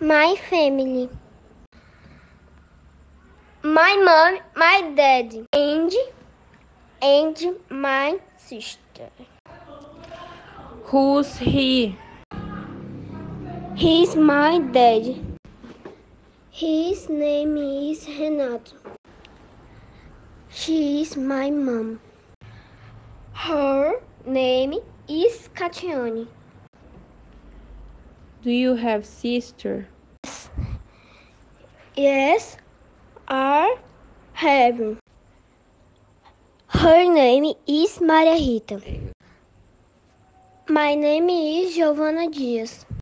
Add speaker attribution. Speaker 1: My family. My mom, my dad, and and my sister.
Speaker 2: Who's he?
Speaker 1: He's my dad. His name is Renato. She is my mom. Her name is Catiane.
Speaker 2: Do you have sister?
Speaker 1: Yes, I have. Her name is Maria Rita. My name is Giovana Dias.